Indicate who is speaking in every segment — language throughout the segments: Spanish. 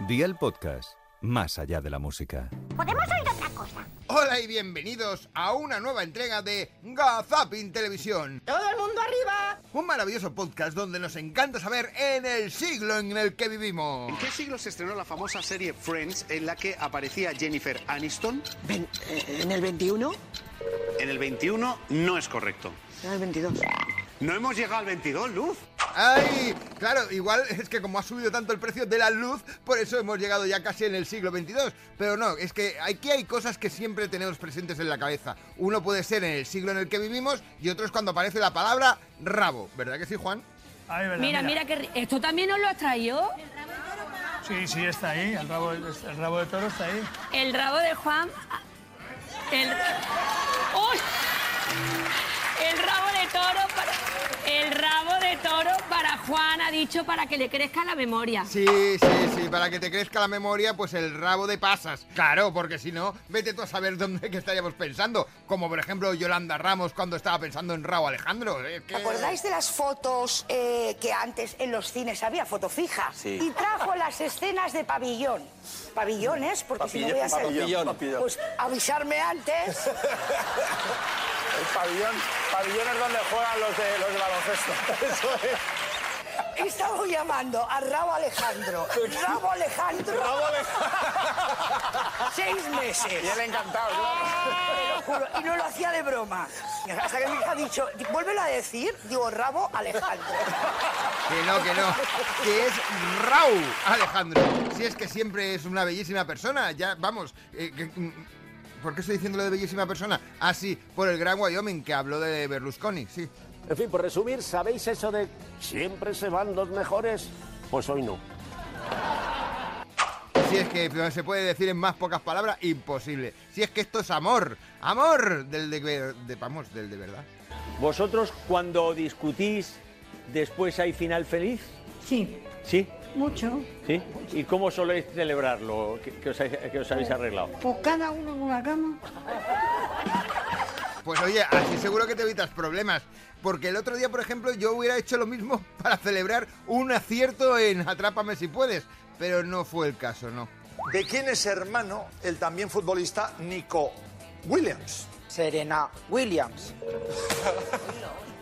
Speaker 1: Dial Podcast, más allá de la música.
Speaker 2: ¿Podemos oír otra cosa?
Speaker 3: Hola y bienvenidos a una nueva entrega de Gazapin Televisión.
Speaker 4: ¡Todo el mundo arriba!
Speaker 3: Un maravilloso podcast donde nos encanta saber en el siglo en el que vivimos.
Speaker 5: ¿En qué siglo se estrenó la famosa serie Friends en la que aparecía Jennifer Aniston?
Speaker 4: Ven- eh, ¿En el 21?
Speaker 5: En el 21 no es correcto.
Speaker 4: En el 22.
Speaker 6: Eh.
Speaker 5: No hemos llegado al 22, Luz.
Speaker 3: Ay, claro, igual es que como ha subido tanto el precio de la luz, por eso hemos llegado ya casi en el siglo XXII. Pero no, es que aquí hay cosas que siempre tenemos presentes en la cabeza. Uno puede ser en el siglo en el que vivimos y otro es cuando aparece la palabra rabo. ¿Verdad que sí, Juan?
Speaker 7: Ahí, ¿verdad?
Speaker 8: Mira, mira, que esto también nos lo has traído.
Speaker 7: Sí, sí, está ahí. El rabo, el rabo de toro está ahí.
Speaker 8: El rabo de Juan. El. ¡Uy! El rabo de toro para. El rabo de toro para Juan ha dicho para que le crezca la memoria.
Speaker 3: Sí, sí, sí, para que te crezca la memoria, pues el rabo de pasas. Claro, porque si no, vete tú a saber dónde que estaríamos pensando. Como por ejemplo Yolanda Ramos cuando estaba pensando en Rabo Alejandro. Es que-
Speaker 6: ¿Te acordáis de las fotos eh, que antes en los cines había foto fija? Y trajo las escenas de pabellón. Pabellones, porque si no voy a salir.
Speaker 9: pabellón, pabellón.
Speaker 6: Pues avisarme antes.
Speaker 9: El pabellón, pabellón es donde juegan los de, los de baloncesto. Eso es.
Speaker 6: He estado llamando a Rabo Alejandro. Rabo Alejandro.
Speaker 9: Rabo
Speaker 6: Seis meses.
Speaker 9: Y él encantado. claro.
Speaker 6: Te lo juro, Y no lo hacía de broma. Hasta que mi hija ha dicho, vuélvelo a decir, digo, Rabo Alejandro.
Speaker 3: Que no, que no. Que es Rau Alejandro. Si es que siempre es una bellísima persona. Ya, vamos. eh, que- mm, ¿Por qué estoy diciendo lo de bellísima persona? Ah, sí, por el gran Wyoming que habló de Berlusconi, sí.
Speaker 10: En fin, por resumir, ¿sabéis eso de siempre se van los mejores? Pues hoy no.
Speaker 3: Si es que se puede decir en más pocas palabras, imposible. Si es que esto es amor. Amor del de, ver- de- vamos, del de verdad.
Speaker 11: ¿Vosotros cuando discutís después hay final feliz?
Speaker 8: Sí,
Speaker 11: ¿Sí?
Speaker 8: mucho.
Speaker 11: ¿Sí? ¿Y cómo soléis celebrarlo? ¿Qué, qué os, ha- qué os habéis arreglado?
Speaker 8: Pues cada uno en una cama.
Speaker 3: Pues oye, así seguro que te evitas problemas. Porque el otro día, por ejemplo, yo hubiera hecho lo mismo para celebrar un acierto en Atrápame si puedes. Pero no fue el caso, no.
Speaker 9: ¿De quién es hermano el también futbolista Nico Williams?
Speaker 4: Serena Williams.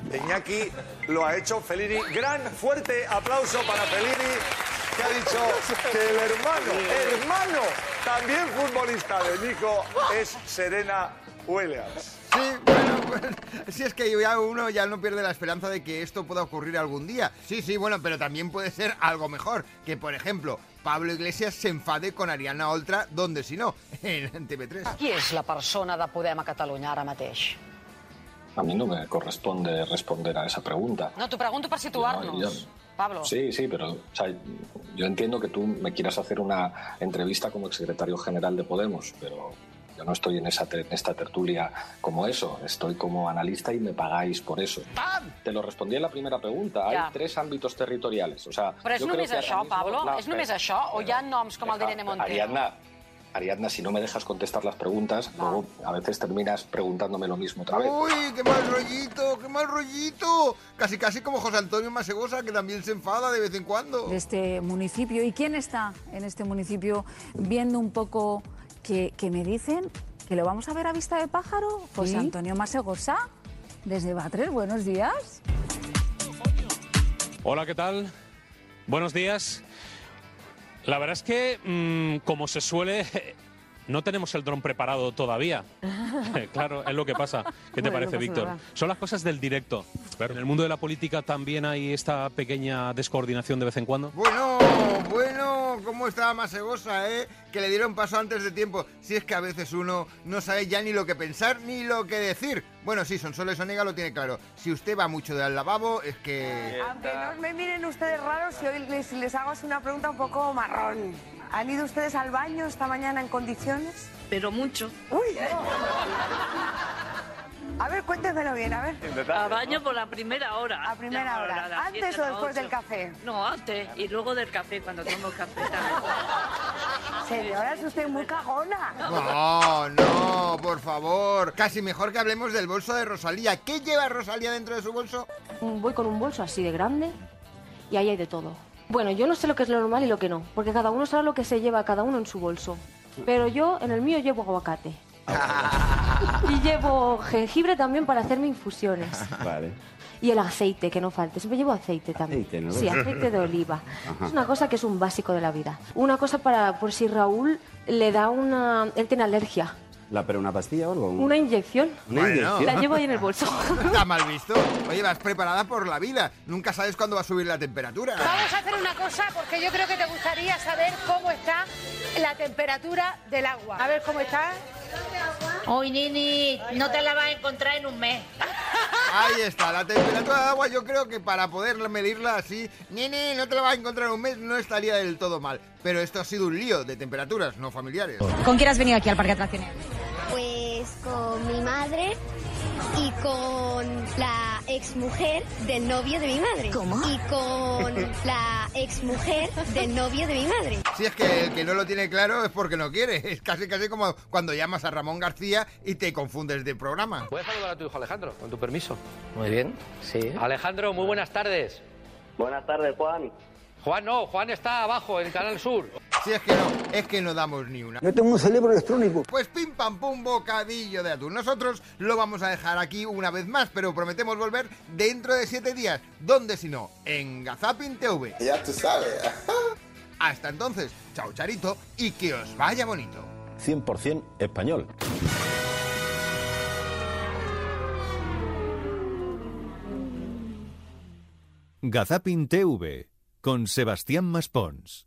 Speaker 9: De Iñaki lo ha hecho Felini. Gran fuerte aplauso para Felini, que ha dicho que el hermano, hermano, también futbolista de Nico, es Serena Williams.
Speaker 3: Sí, bueno, pues si es que ya uno ya no pierde la esperanza de que esto pueda ocurrir algún día. Sí, sí, bueno, pero también puede ser algo mejor. Que, por ejemplo, Pablo Iglesias se enfade con Ariana Oltra, donde si no, en TV3.
Speaker 4: Qui és la persona de Podem a Catalunya ara mateix?
Speaker 10: A mí no me corresponde responder a esa pregunta.
Speaker 4: No, t'ho pregunto per situar-nos.
Speaker 10: No, jo-
Speaker 4: Pablo.
Speaker 10: Sí, sí, pero o sea, yo entiendo que tú me quieras hacer una entrevista como exsecretario general de Podemos, pero yo no estoy en, esa ter- en esta tertulia como eso, estoy como analista y me pagáis por eso. Te lo respondí en la primera pregunta,
Speaker 4: Ya.
Speaker 10: hay tres ámbitos territoriales. O sea,
Speaker 4: Pero es
Speaker 10: yo creo
Speaker 4: només
Speaker 10: que ahora
Speaker 4: això,
Speaker 10: mismo-
Speaker 4: Pablo?
Speaker 10: No,
Speaker 4: Es només
Speaker 10: pero-
Speaker 4: això? O
Speaker 10: pero-
Speaker 4: hi ha noms com el
Speaker 10: Deja-
Speaker 4: d'Irene Montero?
Speaker 10: Ariadna, Ariadna, si no me dejas contestar las preguntas, luego a veces terminas preguntándome lo mismo otra vez.
Speaker 3: ¡Uy, qué mal rollito, qué mal rollito! Casi casi como José Antonio Masegosa, que también se enfada de vez en cuando.
Speaker 8: De este municipio. ¿Y quién está en este municipio viendo un poco que, que me dicen que lo vamos a ver a vista de pájaro? José Antonio Masegosa, desde Batres, buenos días.
Speaker 11: Hola, ¿qué tal? Buenos días. La verdad es que, mm, como se suele, no tenemos el dron preparado todavía. claro, es lo que pasa. ¿Qué te parece, Víctor? Son las cosas del directo. En el mundo de la política también hay esta pequeña descoordinación de vez en cuando.
Speaker 3: Bueno, bueno, cómo estaba Masegosa, ¿eh? Que le dieron paso antes de tiempo. Si es que a veces uno no sabe ya ni lo que pensar ni lo que decir. Bueno, sí, Sonsoles Onega lo tiene claro. Si usted va mucho al lavabo, es que...
Speaker 6: Aunque no me miren ustedes raros, si hoy les, les hago así una pregunta un poco marrón. ¿Han ido ustedes al baño esta mañana en condiciones?
Speaker 4: Pero mucho.
Speaker 6: ¡Uy! A ver, cuéntemelo bien, a ver.
Speaker 4: A baño por la primera hora.
Speaker 6: A primera
Speaker 4: No,
Speaker 6: hora.
Speaker 4: a las
Speaker 6: ¿Antes
Speaker 4: siete,
Speaker 6: o después
Speaker 4: ocho.
Speaker 6: del café?
Speaker 4: No, antes. Y luego del café, cuando tomo café también.
Speaker 6: Señora, es usted muy cagona.
Speaker 3: No, no, por favor. Casi mejor que hablemos del bolso de Rosalía. ¿Qué lleva Rosalía dentro de su bolso?
Speaker 8: Voy con un bolso así de grande y ahí hay de todo. Bueno, yo no sé lo que es lo normal y lo que no, porque cada uno sabe lo que se lleva cada uno en su bolso. Pero yo en el mío llevo aguacate. y llevo jengibre también para hacerme infusiones.
Speaker 10: Vale.
Speaker 8: Y el aceite, que no falte. Siempre llevo aceite también.
Speaker 10: Aceite, ¿no?
Speaker 8: Sí, aceite de oliva.
Speaker 10: Ajá.
Speaker 8: Es una cosa que es un básico de la vida. Una cosa para, por si Raúl le da una... Él tiene alergia.
Speaker 10: La, ¿Pero una pastilla o algo?
Speaker 8: Una inyección.
Speaker 10: Una inyección.
Speaker 8: La llevo ahí en el bolso.
Speaker 3: Está mal visto. Oye, vas preparada por la vida. Nunca sabes cuándo va a subir la temperatura.
Speaker 12: Vamos a hacer una cosa porque yo creo que te gustaría saber cómo está la temperatura del agua. A ver cómo está.
Speaker 13: Hoy, Nini, no te la vas a encontrar en un mes.
Speaker 3: Ahí está, la temperatura de agua yo creo que para poder medirla así, nene, no te la vas a encontrar en un mes, no estaría del todo mal. Pero esto ha sido un lío de temperaturas, no familiares.
Speaker 14: ¿Con quién has venido aquí al parque de atracciones?
Speaker 6: Pues con mi madre y con la exmujer del novio de mi madre. ¿Cómo? Y con la exmujer del novio de mi madre.
Speaker 3: Si es que el que no lo tiene claro es porque no quiere. Es casi casi como cuando llamas a Ramón García y te confundes de programa.
Speaker 15: Voy a saludar a tu hijo Alejandro, con tu permiso.
Speaker 7: Muy bien, sí.
Speaker 15: Alejandro, muy buenas tardes.
Speaker 7: Buenas tardes, Juan.
Speaker 15: Juan no, Juan está abajo en Canal Sur.
Speaker 3: Si es que no, es que no damos ni una.
Speaker 16: Yo tengo un cerebro electrónico.
Speaker 3: Pues pim pam pum, bocadillo de atún. Nosotros lo vamos a dejar aquí una vez más, pero prometemos volver dentro de siete días. ¿Dónde si no? En Gazapin TV.
Speaker 17: Ya tú sabes.
Speaker 3: Hasta entonces, chao charito y que os vaya bonito.
Speaker 10: 100% español.
Speaker 1: Gazapin TV con Sebastián Maspons.